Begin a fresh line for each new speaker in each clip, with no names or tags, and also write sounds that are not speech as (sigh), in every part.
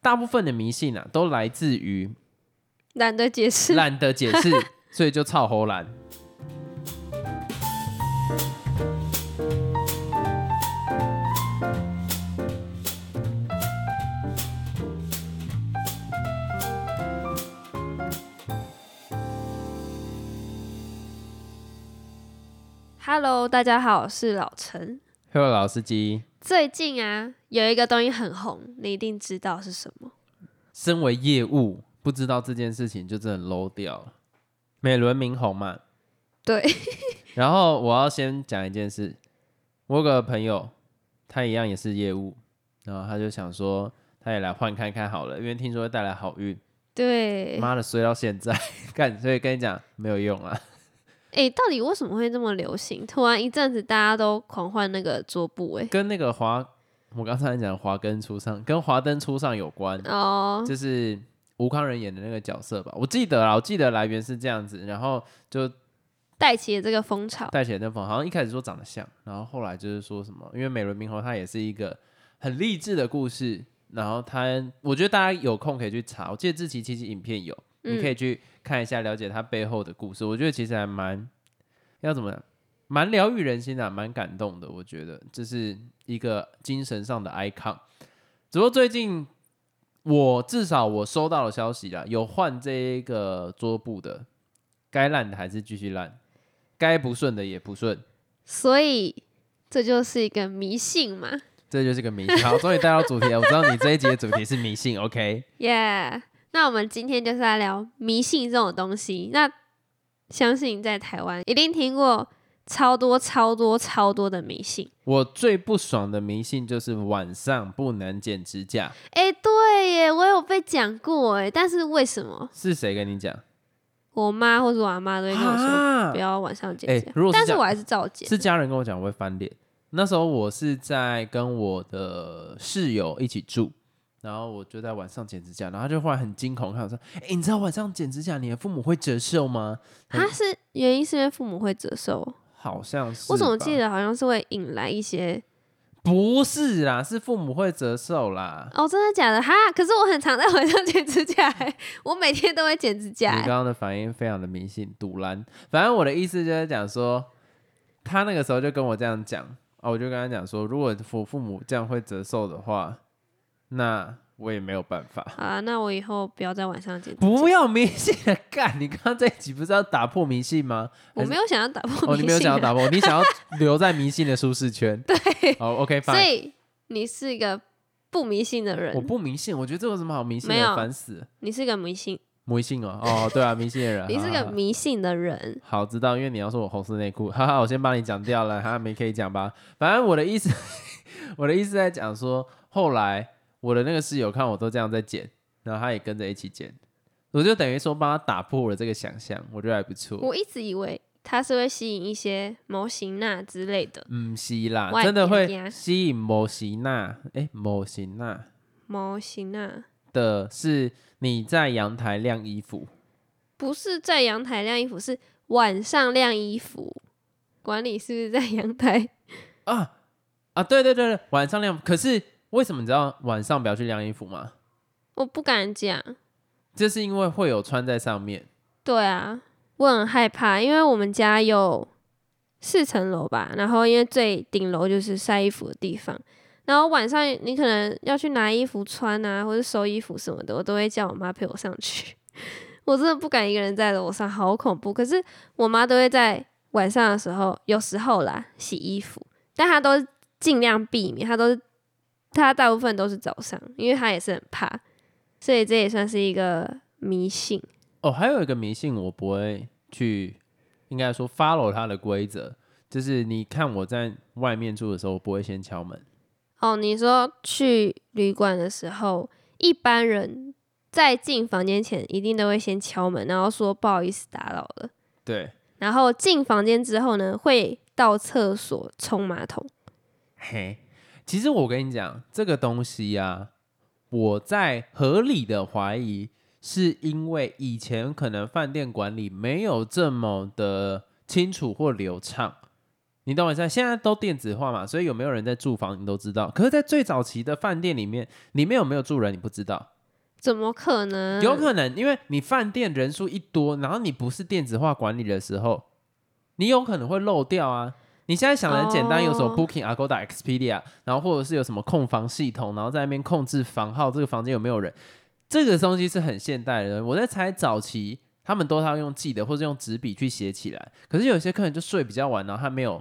大部分的迷信啊，都来自于
懒得解释。
懒得解
(laughs)
释，所以就操猴懒。
Hello，大家好，我是老陈。
Hello，老司机，
最近啊，有一个东西很红，你一定知道是什么？
身为业务，不知道这件事情就真的 low 掉了。美轮明宏嘛， (laughs)
对，
然后我要先讲一件事，我有个朋友，他一样也是业务，然后他就想说，他也来换看看好了，因为听说会带来好运。
对，
妈的，衰到现在，干，所以跟你讲没有用啊。
哎、到底为什么会这么流行？突然一阵子大家都狂换那个桌布、欸，
跟那个华，我刚才讲华灯初上，跟华灯初上有关，
哦，
就是吴康仁演的那个角色吧，我记得啦，我记得来源是这样子，然后就
带起了这个风潮。
戴起来那封，好像一开始说长得像，然后后来就是说什么，因为美轮明宏他也是一个很励志的故事，然后他我觉得大家有空可以去查，我记得志奇其实影片有，你可以去看一下，了解他背后的故事，我觉得其实还蛮要怎么讲，蛮疗愈人心的、啊蛮感动的，我觉得这是一个精神上的 icon。只不过最近我至少我收到了消息啦，有换这一个桌布的，该烂的还是继续烂。该不顺的也不顺，
所以这就是一个迷信嘛，
这就是个迷信。好，终于带到主题了。我知道你这一集的主题是迷信，OK？
耶、那我们今天就是来聊迷信这种东西。那相信在台湾一定听过超多超多超多的迷信。
我最不爽的迷信就是晚上不能剪指甲，
哎、对耶，我有被讲过哎，但是为什么
是谁跟你讲？
我妈或者我阿妈都会跟我说
啊
不要晚上剪
哎
指甲，
如果是
但
这
是
样
我还是照剪。
是家人跟我讲，我会翻脸。那时候我是在跟我的室友一起住，然后我就在晚上剪指甲，然后他就忽然很惊恐，看我说：“哎、你知道晚上剪指甲，你的父母会折寿吗
它啊是原因是因为父母会折寿，？”哦
好像是吧，
我怎么记得好像是会引来一些
不是啦，是父母会折寿啦。
哦，真的假的哈？可是我很常在晚上剪指甲欸，我每天都会剪指甲
你
欸。
刚刚的反应非常的迷信，堵拦。反正我的意思就是讲说，他那个时候就跟我这样讲啊，我就跟他讲说，如果我父母这样会折寿的话，那我也没有办法。
好啊，那我以后不要在晚上剪指甲。
不要迷信，干！你刚刚这一集不是要打破迷信
(laughs)
吗？
我没有想要打破
哦，
迷
你
信、啊
没有想要打破，你想要留在迷信的舒适
(laughs)
圈。对，好，OK，
所
fine。
以你是一个不迷信的
我
人，
不迷信，我觉得这有什么好迷信
没
的？
有
烦死了，
你是一个迷信，
迷信哦，哦，对啊，迷信的人，
你是
好
个
好
迷信的人。
好，知道，因为你要说我红色内裤， (laughs) 哈哈，我先帮你讲掉了，哈，没可以讲吧。反正我的意思， (laughs) 我的意思在讲说，后来我的那个室友看我都这样在剪，然后他也跟着一起剪，我就等于说帮他打破了这个想象，我觉得还不错。
我一直以为它是会吸引一些模型呐之类的
嗯，希啦，
我也
真的
怕
会
怕
吸引某西娜，诶，某西娜
模型呐，
的是你在阳台晾衣服，
不是在阳台晾衣服，是晚上晾衣服。管理是不是在阳台？
啊啊，对对对对，晚上晾，可是为什么你知道晚上不要去晾衣服吗？
我不敢讲。
这是因为会有穿在上面。
对啊，我很害怕，因为我们家有四层楼吧，然后因为最顶楼就是晒衣服的地方，然后晚上你可能要去拿衣服穿啊，或者收衣服什么的，我都会叫我妈陪我上去。 (laughs) 我真的不敢一个人在楼上，好恐怖。可是我妈都会在晚上的时候，有时候啦洗衣服，但她都尽量避免，她都是她大部分都是早上，因为她也是很怕，所以这也算是一个迷信。
哦，还有一个迷信，我不会去，应该说 follow 它的规则，就是你看我在外面住的时候，我不会先敲门。
哦，你说去旅馆的时候，一般人在进房间前一定都会先敲门，然后说不好意思打扰了。
对，
然后进房间之后呢，会到厕所冲马桶。
(laughs) 嘿，其实我跟你讲，这个东西呀、啊，我在合理的怀疑，是因为以前可能饭店管理没有这么的清楚或流畅。你懂我意思吗？现在都电子化嘛，所以有没有人在住房你都知道。可是，在最早期的饭店里面，里面有没有住人你不知道，
怎么可能？
有可能，因为你饭店人数一多，然后你不是电子化管理的时候，你有可能会漏掉啊。你现在想的很简单，有什么
哦
Booking、Agoda、Expedia，然后或者是有什么控房系统，然后在那边控制房号，这个房间有没有人，这个东西是很现代的。我在猜早期他们都是要用记的，或是用纸笔去写起来。可是有些客人就睡比较晚，然后他没有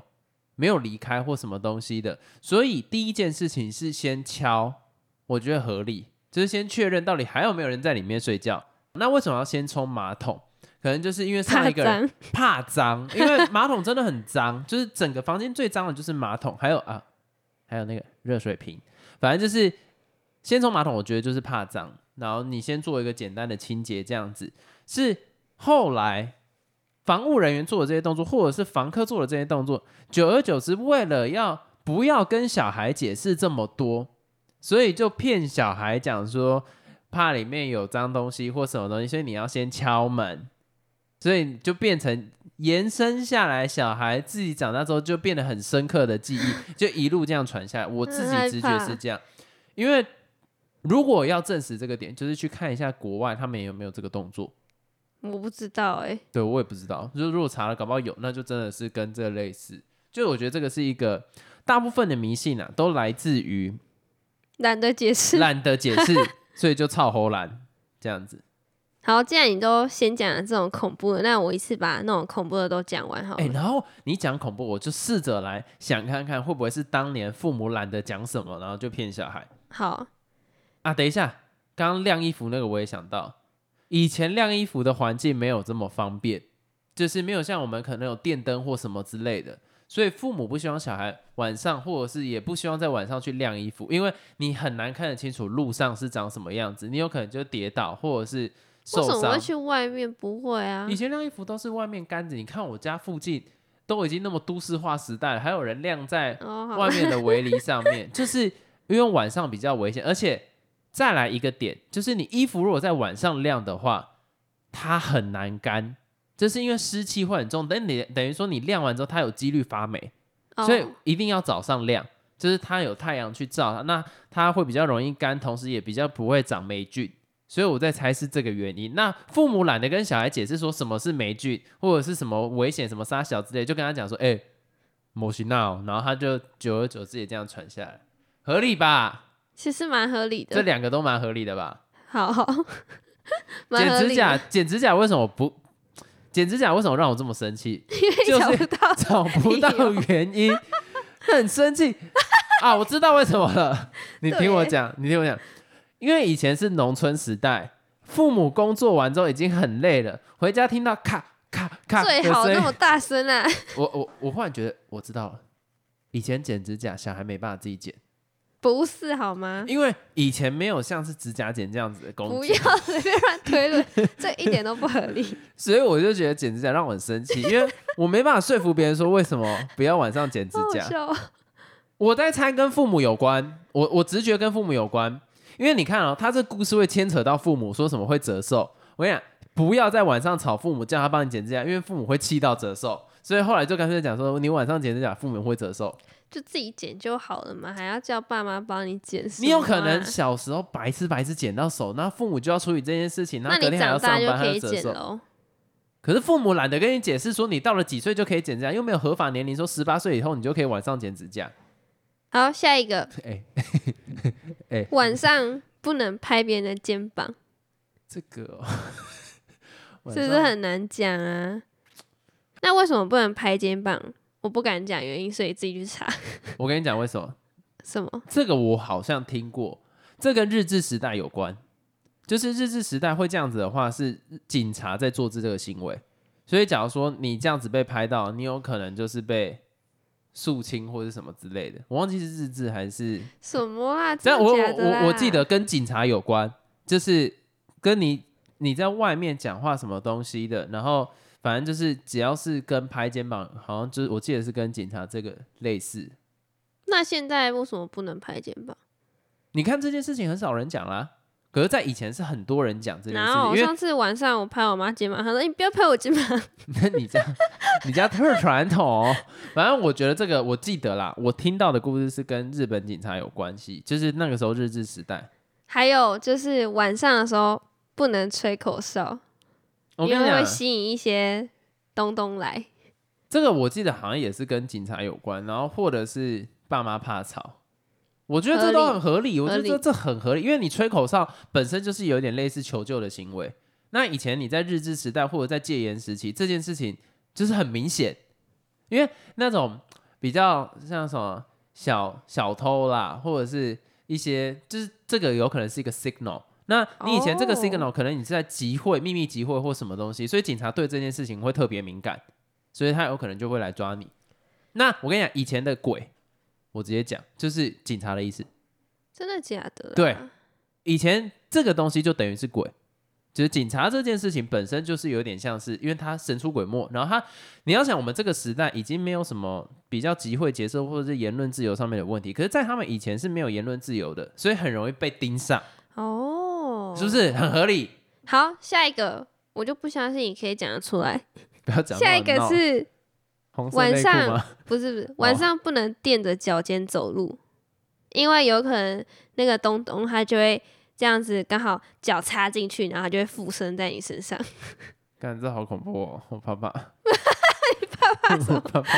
没有离开或什么东西的，所以第一件事情是先敲，我觉得合理，就是先确认到底还有没有人在里面睡觉。那为什么要先冲马桶？可能就是因为上
怕
一个人
脏，
怕脏， (laughs) 因为马桶真的很脏，就是整个房间最脏的就是马桶，还有啊，还有那个热水瓶，反正就是先从马桶，我觉得就是怕脏，然后你先做一个简单的清洁，这样子是后来防务人员做的这些动作，或者是房客做的这些动作，久而久之，为了要不要跟小孩解释这么多，所以就骗小孩讲说怕里面有脏东西或什么东西，所以你要先敲门，所以就变成延伸下来，小孩自己长大之后就变得很深刻的记忆， (laughs) 就一路这样传下来。我自己直觉是这样，因为如果要证实这个点，就是去看一下国外他们有没有这个动作。
(laughs) 我不知道哎、
对我也不知道，就是如果查了，搞不好有，那就真的是跟这类似。就我觉得这个是一个大部分的迷信啊，都来自于
懒得解释。
懒得解释，所以就操猴懒这样子。
好，既然你都先讲了这种恐怖的，那我一次把那种恐怖的都讲完好了。
哎、然后你讲恐怖，我就试着来想看看会不会是当年父母懒得讲什么，然后就骗小孩
好，
啊。等一下，刚刚晾衣服那个我也想到，以前晾衣服的环境没有这么方便，就是没有像我们可能有电灯或什么之类的。所以父母不希望小孩晚上，或者是也不希望在晚上去晾衣服，因为你很难看得清楚路上是长什么样子，你有可能就跌倒或者是
为
受
什么
伤
会。去外面？不会啊
以，前晾衣服都是外面杆子，你看我家附近都已经那么都市化时代了，还有人晾在
哦，好
外面的围篱上
(laughs)
面，就是因为晚上比较危险，而且再来一个点，就是你衣服如果在晚上晾的话，它很难干，就是因为湿气会很重，等你等于说你晾完之后，它有几率发霉，
哦
所以一定要早上晾。就是它有太阳去照它，那它会比较容易干，同时也比较不会长霉菌，所以我在猜是这个原因。那父母懒得跟小孩解释说什么是霉菌，或者是什么危险、什么杀小之类，就跟他讲说：“哎、莫西娜哦。”然后他就久而久之也这样传下来，合理吧？
其实蛮合理
这
的。
两个都蛮合理的吧？
好，蛮
剪
合
指
理
甲，
的。
剪指甲为什么不？剪指甲为什么让我这么生气？就
想不
是 (laughs)
到，
找不到原
哎
因，很生气啊！我知道为什么了，你听我
对
讲，你听我讲，因为以前是农村时代，父母工作完之后已经很累了，回家听到咔咔咔的
最好
声
那
音
么，大声啊！ (laughs)
我我我忽然觉得我知道了，以前剪指甲小孩没办法自己剪，
不是
(laughs)
好吗？
因为以前没有像是指甲剪这样子的工
不
具
要，随便乱推
(laughs)
论，这一点都不合理。
所以我就觉得剪指甲让我很生气，因为我没办法说服别人说为什么不要晚上剪指
好好
甲。
笑哦，
我在猜跟父母有关，我我直觉跟父母有关，因为你看哦，他这故事会牵扯到父母说什么会折寿。我跟你讲，不要在晚上吵父母，叫他帮你剪指甲，因为父母会气到折寿。所以后来就干脆讲说，你晚上剪指甲，父母会折寿。
就自己剪就好了嘛，还要叫爸妈帮你剪什么啊？
你有可能小时候白痴白痴剪到手，那父母就要处理这件事情，然
那
后隔
你
天还要
长
上
大就
班，还
可
要
以
折
剪
寿。
喽。
可是父母懒得跟你解释说，你到了几岁就可以剪指甲，又没有合法年龄说十八岁以后你就可以晚上剪指
(laughs)
甲。
好，下一个，
哎、
晚上不能拍别人的肩膀，
这个、哦、晚
是不是
上
很难讲啊？那为什么不能拍肩膀？我不敢讲原因，所以自己去查 (laughs)
我跟你讲为什么？
什么。
这个我好像听过，这跟日治时代有关。就是日治时代会这样子的话，是警察在做这这个行为。所以，假如说你这样子被拍到，你有可能就是被肃清或者什么之类的。我忘记是日治还是，
什么啊？
但
真
我
的
我
假的啦
我我记得跟警察有关，就是跟你你在外面讲话什么东西的，然后反正就是只要是跟拍肩膀，好像就是我记得是跟警察这个类似。
那现在为什么不能拍肩膀？
你看这件事情很少人讲啦，可是，在以前是很多人讲这件事
然后
情，
我
因为
上次晚上我拍我妈肩膀，她说：“你不要拍我肩膀。 (laughs)
那 (laughs) 你家你家特传统哦、反正我觉得这个我记得啦，我听到的故事是跟日本警察有关系，就是那个时候日治时代，”
还有就是晚上的时候不能吹口哨，
我
因
跟你
为
讲
会，吸引一些东东来。
这个我记得好像也是跟警察有关，然后或者是爸妈怕吵。我觉得这都很合理，我觉得
合
这
理
这很合理，因为你吹口哨本身就是有点类似求救的行为。那以前你在日治时代或者在戒严时期，这件事情就是很明显，因为那种比较像什么小小偷啦，或者是一些就是这个有可能是一个 signal。那你以前这个
哦
signal 可能你是在集会、秘密集会或什么东西，所以警察对这件事情会特别敏感，所以他有可能就会来抓你。那我跟你讲，以前的鬼，我直接讲，就是警察的意思。
真的假的？
对，以前这个东西就等于是鬼，就是警察这件事情本身就是有点像是，因为他神出鬼没，然后他你要想，我们这个时代已经没有什么比较集会结社或者是言论自由上面的问题，可是，在他们以前是没有言论自由的，所以很容易被盯上，
哦，
是不？是很合理？
好，下一个我就不相信你可以讲得出来。
不要讲那么
下一个
闹哦
是
红色
晚
内裤
上
吗？
不是不是晚上不能垫着脚尖走路，因为有可能那个东东它就会这样子刚好脚插进去，然后它就会附身在你身上。 (laughs)
感这好恐怖哦，我怕怕。你怕怕 (laughs) 我怕怕，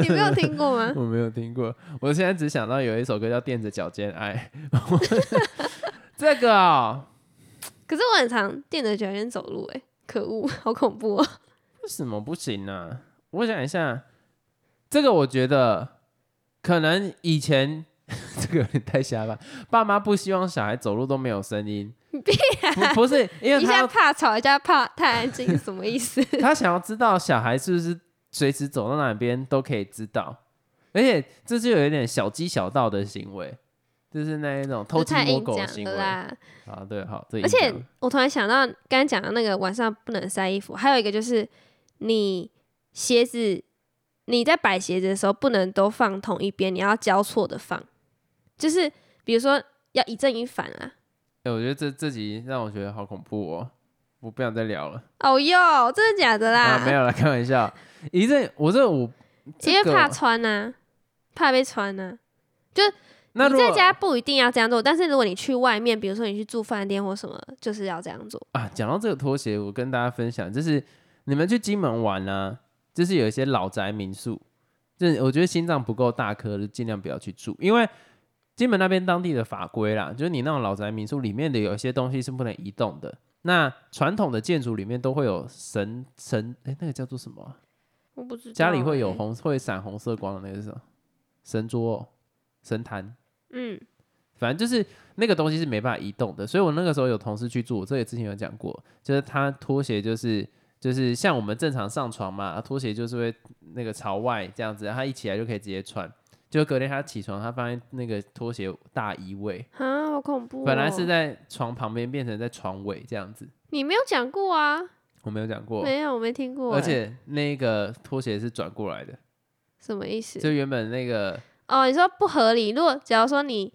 你没有听过吗？
我没有听过。我现在只想到有一首歌叫《垫着脚尖
(laughs)
爱》，这个啊、
可是我很常垫着脚尖走路、欸，可恶， (laughs) 好恐怖哦！
为什么不行呢、我想一下，这个我觉得可能以前 (laughs) 这个有点太瞎了，爸妈不希望小孩走路都没有声音。不不是，因为
一
他
下
要
怕吵，一下怕太安静，什么意 (laughs) 思？
(laughs) 他想要知道小孩是不是随时走到哪边都可以知道，而且这就有一点小鸡小盗的行为，就是那一种偷
这
鸡
太
摸
硬
狗的
讲
行
了
为
啦！
啊。对，好，这
而且
硬讲
我突然想到，刚刚讲的那个晚上不能晒衣服，还有一个就是你鞋子你在摆鞋子的时候不能都放同一边，你要交错的放，就是比如说要一正一反啊。
哎、我觉得这这集让我觉得好恐怖哦，我不想再聊了
哦哟，真的假的啦？ (laughs)
啊，没有了，开玩笑。一阵我这我这
因为
个
怕穿呐、怕被穿啊呐、
那
你
如
在
果
家不一定要这样做，但是如果你去外面，比如说你去住饭店或什么，就是要这样做。
啊，讲到这个拖鞋，我跟大家分享，就是你们去金门玩啊，就是有一些老宅民宿，就是我觉得心脏不够大颗的，尽量不要去住，因为金门那边当地的法规啦，就是你那种老宅民宿里面的有一些东西是不能移动的。那传统的建筑里面都会有神神，哎、那个叫做什么啊、
我不知道、欸
家里会有，红会闪红色光的那个是什么？神桌哦、神坛，
嗯，
反正就是那个东西是没办法移动的，所以我那个时候有同事去住，我这也之前有讲过，就是他拖鞋就是就是像我们正常上床嘛，啊拖鞋就是会那个朝外这样子，他一起来就可以直接穿。就隔天他起床，他发现那个拖鞋大移位，
啊，好恐怖、
本来是，在床旁边变成在床尾这样子，
你没有讲过啊，
我没有讲过，
没有，我没听过欸、
而且那个拖鞋是转过来的，
什么意思？
就原本那个
哦，你说不合理。如果假如说你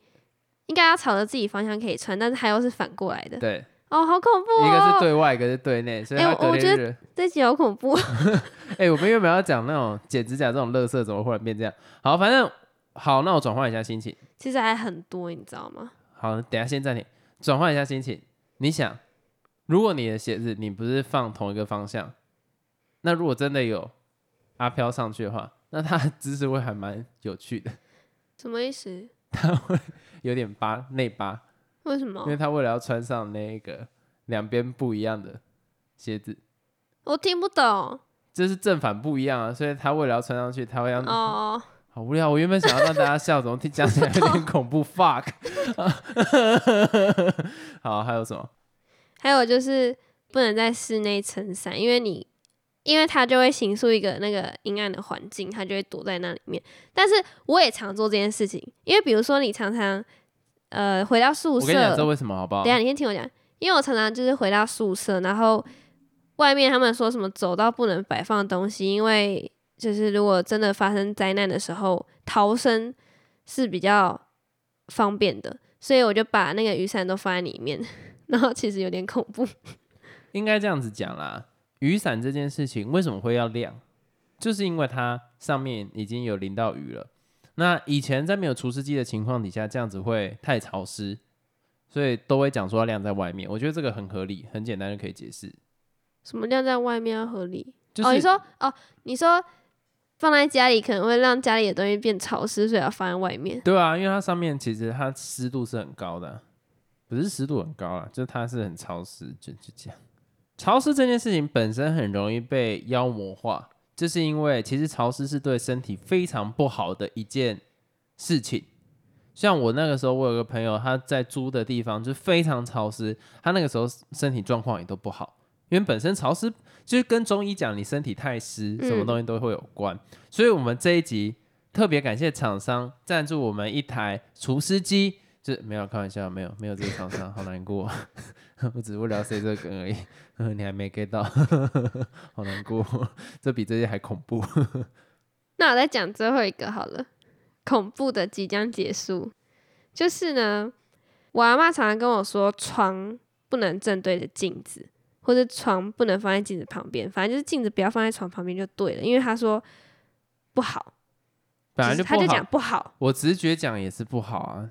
应该要朝着自己方向可以穿，但是它又是反过来的，
对，
哦，好恐怖哦！
一个是对外，一个是对内，所以
哎
他
我
隔
我觉
天
得
就
这集好恐怖。 (laughs)
哎、我们原本要讲那种剪指甲这种乐色，怎么忽然变这样？好，反正好，那我转换一下心情。
其实还很多，你知道吗？
好，等一下先暂停，转换一下心情。你想，如果你的鞋子你不是放同一个方向，那如果真的有阿飘上去的话，那他的姿势会还蛮有趣的，
什么意思？
有点扒内扒，
为什么
因？为他为了要穿上那个两边不一样的鞋子，
我听不懂
就是正反不一样啊，所以他为了要穿上去，他会让
哦。
好无聊，我原本想要让大家笑，怎么听讲起来有点恐怖？fuck！好，还有什么？
还有就是不能在室内撑伞，因为你因为它就会形塑一个那个阴暗的环境，它就会躲在那里面。但是我也常做这件事情，因为比如说你常常呃回到宿
我
舍，
跟你讲，这为什么好不好
等一？下，你先听我讲，因为我常常就是回到宿舍，然后外面他们说什么走到不能摆放的东西，因为就是如果真的发生灾难的时候，逃生是比较方便的，所以我就把那个雨伞都放在里面， (laughs) 然后其实有点恐怖。
应该这样子讲啦。雨伞这件事情为什么会要晾？就是因为它上面已经有淋到雨了。那以前在没有除湿机的情况底下，这样子会太潮湿，所以都会讲说要晾在外面。我觉得这个很合理，很简单就可以解释。
什么晾在外面要合理？
就是、
哦，你说哦，你说放在家里可能会让家里的东西变潮湿，所以要放在外面。
对啊，因为它上面其实它湿度是很高的啊、不是湿度很高啦，就是它是很潮湿，就就这样。潮湿这件事情本身很容易被妖魔化，这是因为其实潮湿是对身体非常不好的一件事情。像我那个时候，我有个朋友，他在租的地方就非常潮湿，他那个时候身体状况也都不好，因为本身潮湿就是跟中医讲，你身体太湿，什么
嗯
东西都会有关。所以我们这一集特别感谢厂商赞助我们一台除湿机，这没有开玩笑，没有没有这个厂商，好难过， (laughs) 我只是为了要 say 这个梗而已， (laughs) 你还没 get 到， (laughs) 好难过，这比这些还恐怖。 (laughs)
那我再讲最后一个好了，恐怖的即将结束。就是呢，我阿妈常常跟我说，床不能正对着镜子，或者床不能放在镜子旁边，反正就是镜子不要放在床旁边就对了，因为她说不好，
本来
是
就
她
不
就
好
讲，不好。
我直觉讲也是不好啊。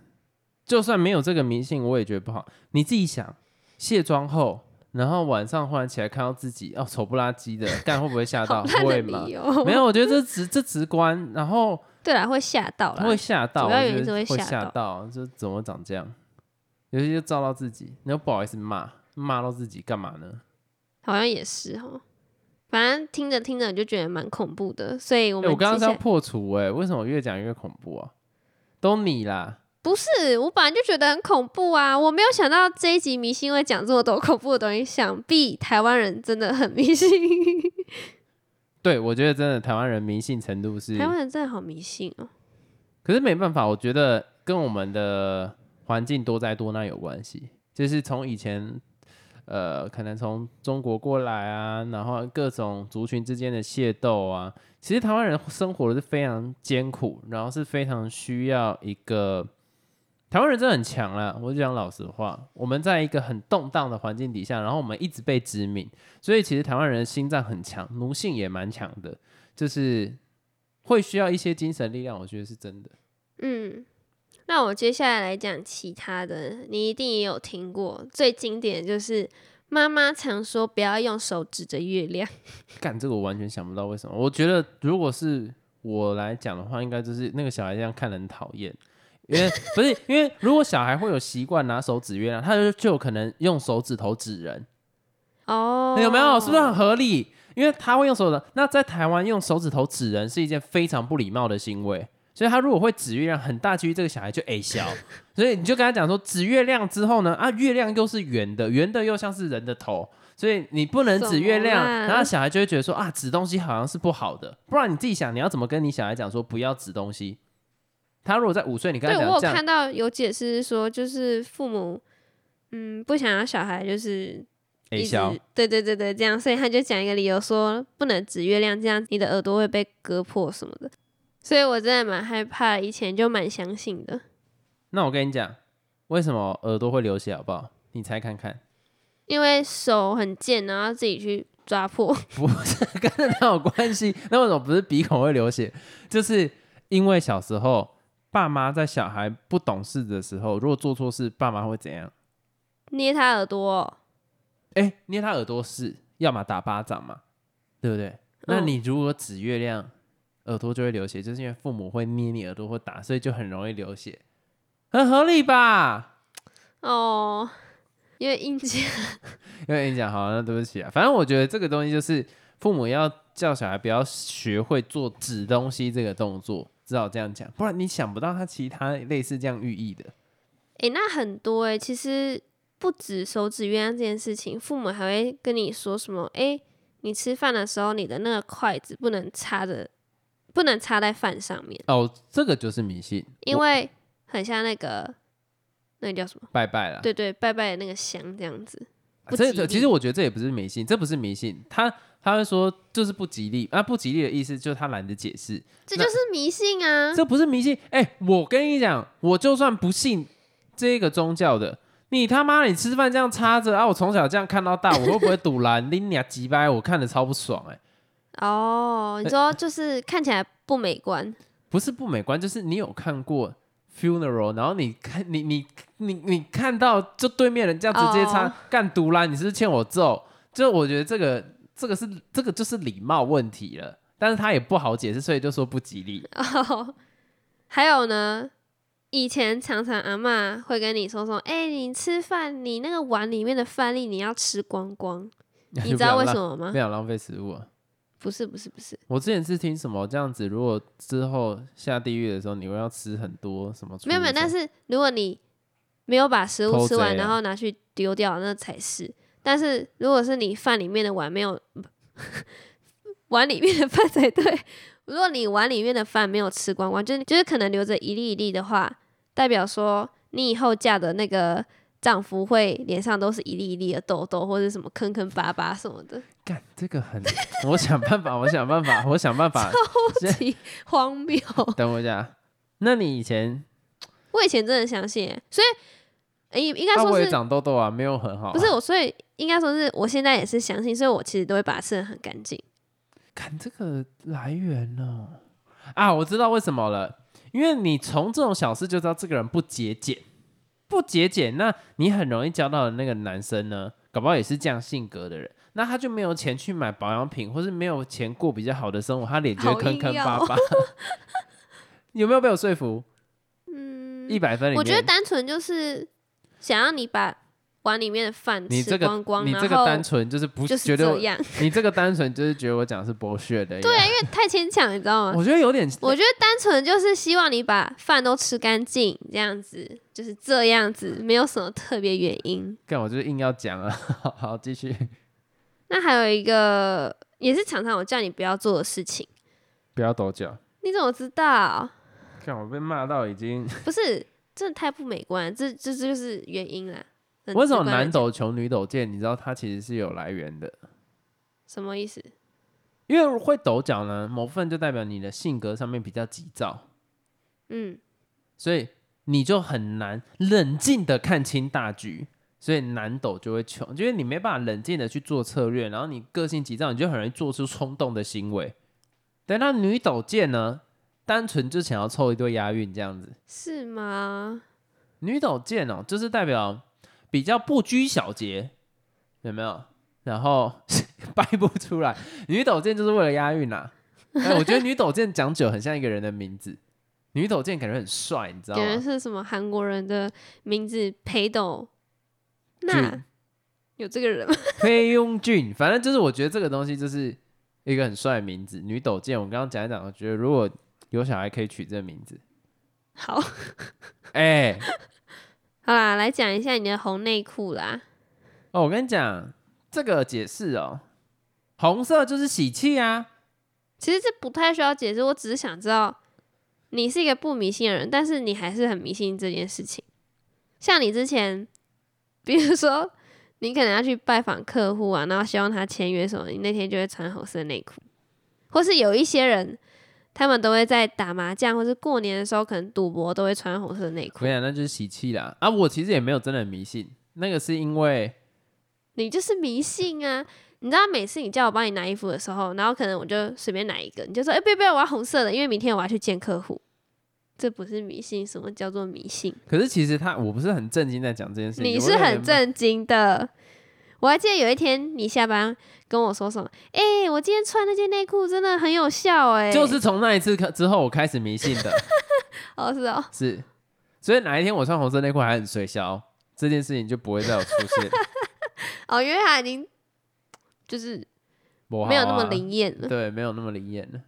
就算没有这个迷信，我也觉得不好。你自己想，卸妆后，然后晚上忽然起来看到自己哦丑不拉几的，干会不会吓到？
好烂的
会吗
理？由，
没有，我觉得这直这直观，然后
对啦，会吓到啦，
会吓到，
主要
我
原因
觉
是
得
会吓
吓到，就怎么长这样，尤其就照到自己，然后不好意思骂，骂到自己干嘛呢？
好像也是哦。反正听着听着就觉得蛮恐怖的，所以我
哎、
们
我刚刚是
接下
要
来
破除哎、为什么越讲越恐怖啊？都你啦，
不是，我本来就觉得很恐怖啊！我没有想到这一集迷信会讲这么多恐怖的东西，想必台湾人真的很迷信，
对我觉得真的台湾人迷信程度是，
台湾人真的好迷信哦。
可是没办法，我觉得跟我们的环境多灾多难有关系，就是从以前。呃，可能从中国过来啊，然后各种族群之间的械斗啊，其实台湾人生活的是非常艰苦，然后是非常需要一个台湾人真的很强啦。我就讲老实话，我们在一个很动荡的环境底下，然后我们一直被殖民，所以其实台湾人的心脏很强，奴性也蛮强的，就是会需要一些精神力量，我觉得是真的。
嗯，那我接下来来讲其他的，你一定也有听过，最经典的就是妈妈常说不要用手指着月亮。
干这个我完全想不到为什么。我觉得如果是我来讲的话，应该就是那个小孩这样看人很讨厌，因为 (laughs) 不是因为如果小孩会有习惯拿手指月亮，他就就有可能用手指头指人，
哦，
哎有没有？是不是很合理？因为他会用手指，那在台湾用手指头指人是一件非常不礼貌的行为。所以他如果会指月亮，很大几率这个小孩就 A
(laughs)
小，所以你就跟他讲说，指月亮之后呢，啊，月亮又是圆的，圆的又像是人的头，所以你不能指月亮，
什么啦啊
然后小孩就会觉得说啊，指东西好像是不好的，不然你自己想，你要怎么跟你小孩讲说不要指东西？他如果在五岁，你跟
对
他
我
讲
有
这样，
看到有解释说，就是父母嗯不想要小孩就是
哎
一直
小，
对对对对，这样，所以他就讲一个理由说不能指月亮，这样你的耳朵会被割破什么的。所以我真的蛮害怕，以前就蛮相信的，
那我跟你讲，为什么耳朵会流血好不好？你猜看看。
因为手很贱，然后自己去抓破。 (laughs)
不是跟那哪有关系？那为什么不是鼻孔会流血？就是因为小时候爸妈在小孩不懂事的时候，如果做错事，爸妈会怎样？
捏他耳朵哦、
哎、捏他耳朵是，要么打巴掌嘛，对不对？那
嗯
你如果指月亮，耳朵就会流血，就是因为父母会捏你耳朵或打，所以就很容易流血，很合理吧？
哦，因为硬气。
(laughs) 因为你讲好，那对不起啊，反正我觉得这个东西就是父母要叫小孩不要学会做指东西这个动作，只好这样讲，不然你想不到他其他类似这样寓意的。
诶，那很多诶，其实不止手指月亮这件事情，父母还会跟你说什么？诶，你吃饭的时候，你的那个筷子不能插着，不能插在饭上面，
哦，这个就是迷信，
因
我
为很像那个那个叫什么？
拜拜啦。啊
对对，拜拜的那个香这样子。不
这
吉
这
利
其实我觉得这也不是迷信，这不是迷信，他他会说就是不吉利啊，不吉利的意思就是他懒得解释，
这
那
就是迷信啊！
这不是迷信。哎、我跟你讲，我就算不信这个宗教的，你他妈你吃饭这样插着啊，我从小这样看到大，我会不会堵拦拎你啊鸡掰？我看着超不爽哎、
哦，你说就是看起来不美观，
不是不美观，就是你有看过 funeral，然后你看你你你你看到就对面人这样直接插、
哦
干独啦，你是不是欠我揍？就我觉得这个这个是这个就是礼貌问题了，但是他也不好解释，所以就说不吉利。 (laughs)
哦，还有呢，以前常常阿嬷会跟你说说，哎、你吃饭，你那个碗里面的饭粒你要吃光 (laughs) 光，你知道为什么吗
不？想浪费食物、啊？
不是，不是，不是，
我之前是听什么这样子，如果之后下地狱的时候，你会要吃很多什么厨余什么？
没有没有，但是如果你没有把食物
偷
吃完，
贼啊
然后拿去丢掉，那才是。但是如果是你饭里面的碗没有， (laughs) 碗里面的饭才对。如果你碗里面的饭没有吃光光，就是就是可能留着一粒一粒的话，代表说你以后嫁的那个丈夫会脸上都是一粒一粒的痘痘，或者什么坑坑巴巴什么
(laughs)
的，
干这个很，我想办法，我想办法，我想办
(laughs)
法。
超级荒谬。
等我一下，那你以前
我以前真的相信欸、所以诶应该
啊，
说
我
是
也长痘痘啊，没有很好啊、
不是我，所以应该说是我现在也是相信，所以我其实都会把它吃的很干净。
看这个来源呢、啊，我知道为什么了，因为你从这种小事就知道这个人不节俭，不节俭，那你很容易交到的那个男生呢，搞不好也是这样性格的人，那他就没有钱去买保养品，或是没有钱过比较好的生活，他脸就会
好
坑
硬哦
坑
要
巴巴。 (laughs) 有没有被我说服？
嗯
一，百分里面，
我觉得单纯就是想让你把碗里面的饭
你这
吃
个
光光，
你这
然后
个单纯就是不
就是
觉
是
得
这
我，
样，
你这个单纯就是觉得我讲的是剥削的。
对，啊，因为太牵强，你知道吗？
我觉得有点，
我觉得单纯就是希望你把饭都吃干净，这样子就是这样子，没有什么特别原因。
干我就是硬要讲啊。好 (laughs) 好，继续，
那还有一个也是常常我叫你不要做的事情，
(laughs) 不要抖脚。
你怎么知道？
看我被骂到已经，
不是，真的太不美观了，这这这就是原因啦。很
为什
直
么
观地
男抖穷女抖贱？你知道它其实是有来源的，
什么意思？
因为会抖脚呢，某部分就代表你的性格上面比较急躁，
嗯，
所以你就很难冷静的看清大局，所以男抖就会穷，就是你没办法冷静的去做策略，然后你个性急躁，你就很容易做出冲动的行为。对，那女抖贱呢，单纯就想要凑一对押韵这样子。
是吗？
女斗贱哦，就是代表比较不拘小节，有没有？然后 (laughs) 掰不出来，女斗贱就是为了押韵呐、啊。哎，我觉得女斗贱讲久很像一个人的名字，女斗贱感觉很帅，你知道啊
感觉
吗？
是什么韩国人的名字裴斗那
俊
有这个人吗？ (laughs)
裴庸俊，反正就是我觉得这个东西就是一个很帅的名字。女斗贱，我刚刚讲一讲，我觉得如果有小孩可以取这个名字，
好，
哎、
好啦，来讲一下你的红内裤啦。
哦，我跟你讲这个解释哦，红色就是喜气啊，
其实这不太需要解释，我只是想知道你是一个不迷信的人，但是你还是很迷信这件事情。像你之前，比如说你可能要去拜访客户啊，然后希望他签约什么，你那天就会穿红色内裤，或是有一些人。他们都会在打麻将或是过年的时候，可能赌博都会穿红色内
我
裤
跟。你讲，那就是喜气啦。啊，我其实也没有真的很迷信，那个是因为
你就是迷信啊！你知道每次你叫我帮你拿衣服的时候，然后可能我就随便拿一个，你就说：“哎、不要不要，我要红色的，因为明天我要去见客户。”这不是迷信，什么叫做迷信？
可是其实他我不是很震惊在讲这件事情，
你
我
是
有
很
点
震惊的。我还记得有一天你下班跟我说什么：“哎、我今天穿那件内裤真的很有效、哎，
就是从那一次之后我开始迷信的，
哦是哦，
是，所以哪一天我穿红色内裤还很随销，这件事情就不会再有出
(laughs)
现，
哦，因为他已经就是
没
没有那么，灵验了，
啊对，没有那么灵验了。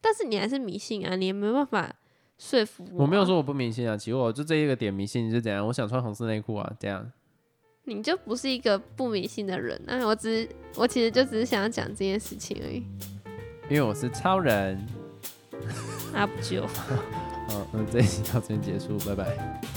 但是你还是迷信啊，你也没办法说服我、
我没有，说我不迷信啊，其实我就这一个点迷信是怎样，我想穿红色内裤啊，这样。
你就不是一个不迷信的人啊！我只是我其实就只是想要讲这件事情而已。
因为我是超人，
啊阿不就。
嗯，那这一期到这边结束，拜拜。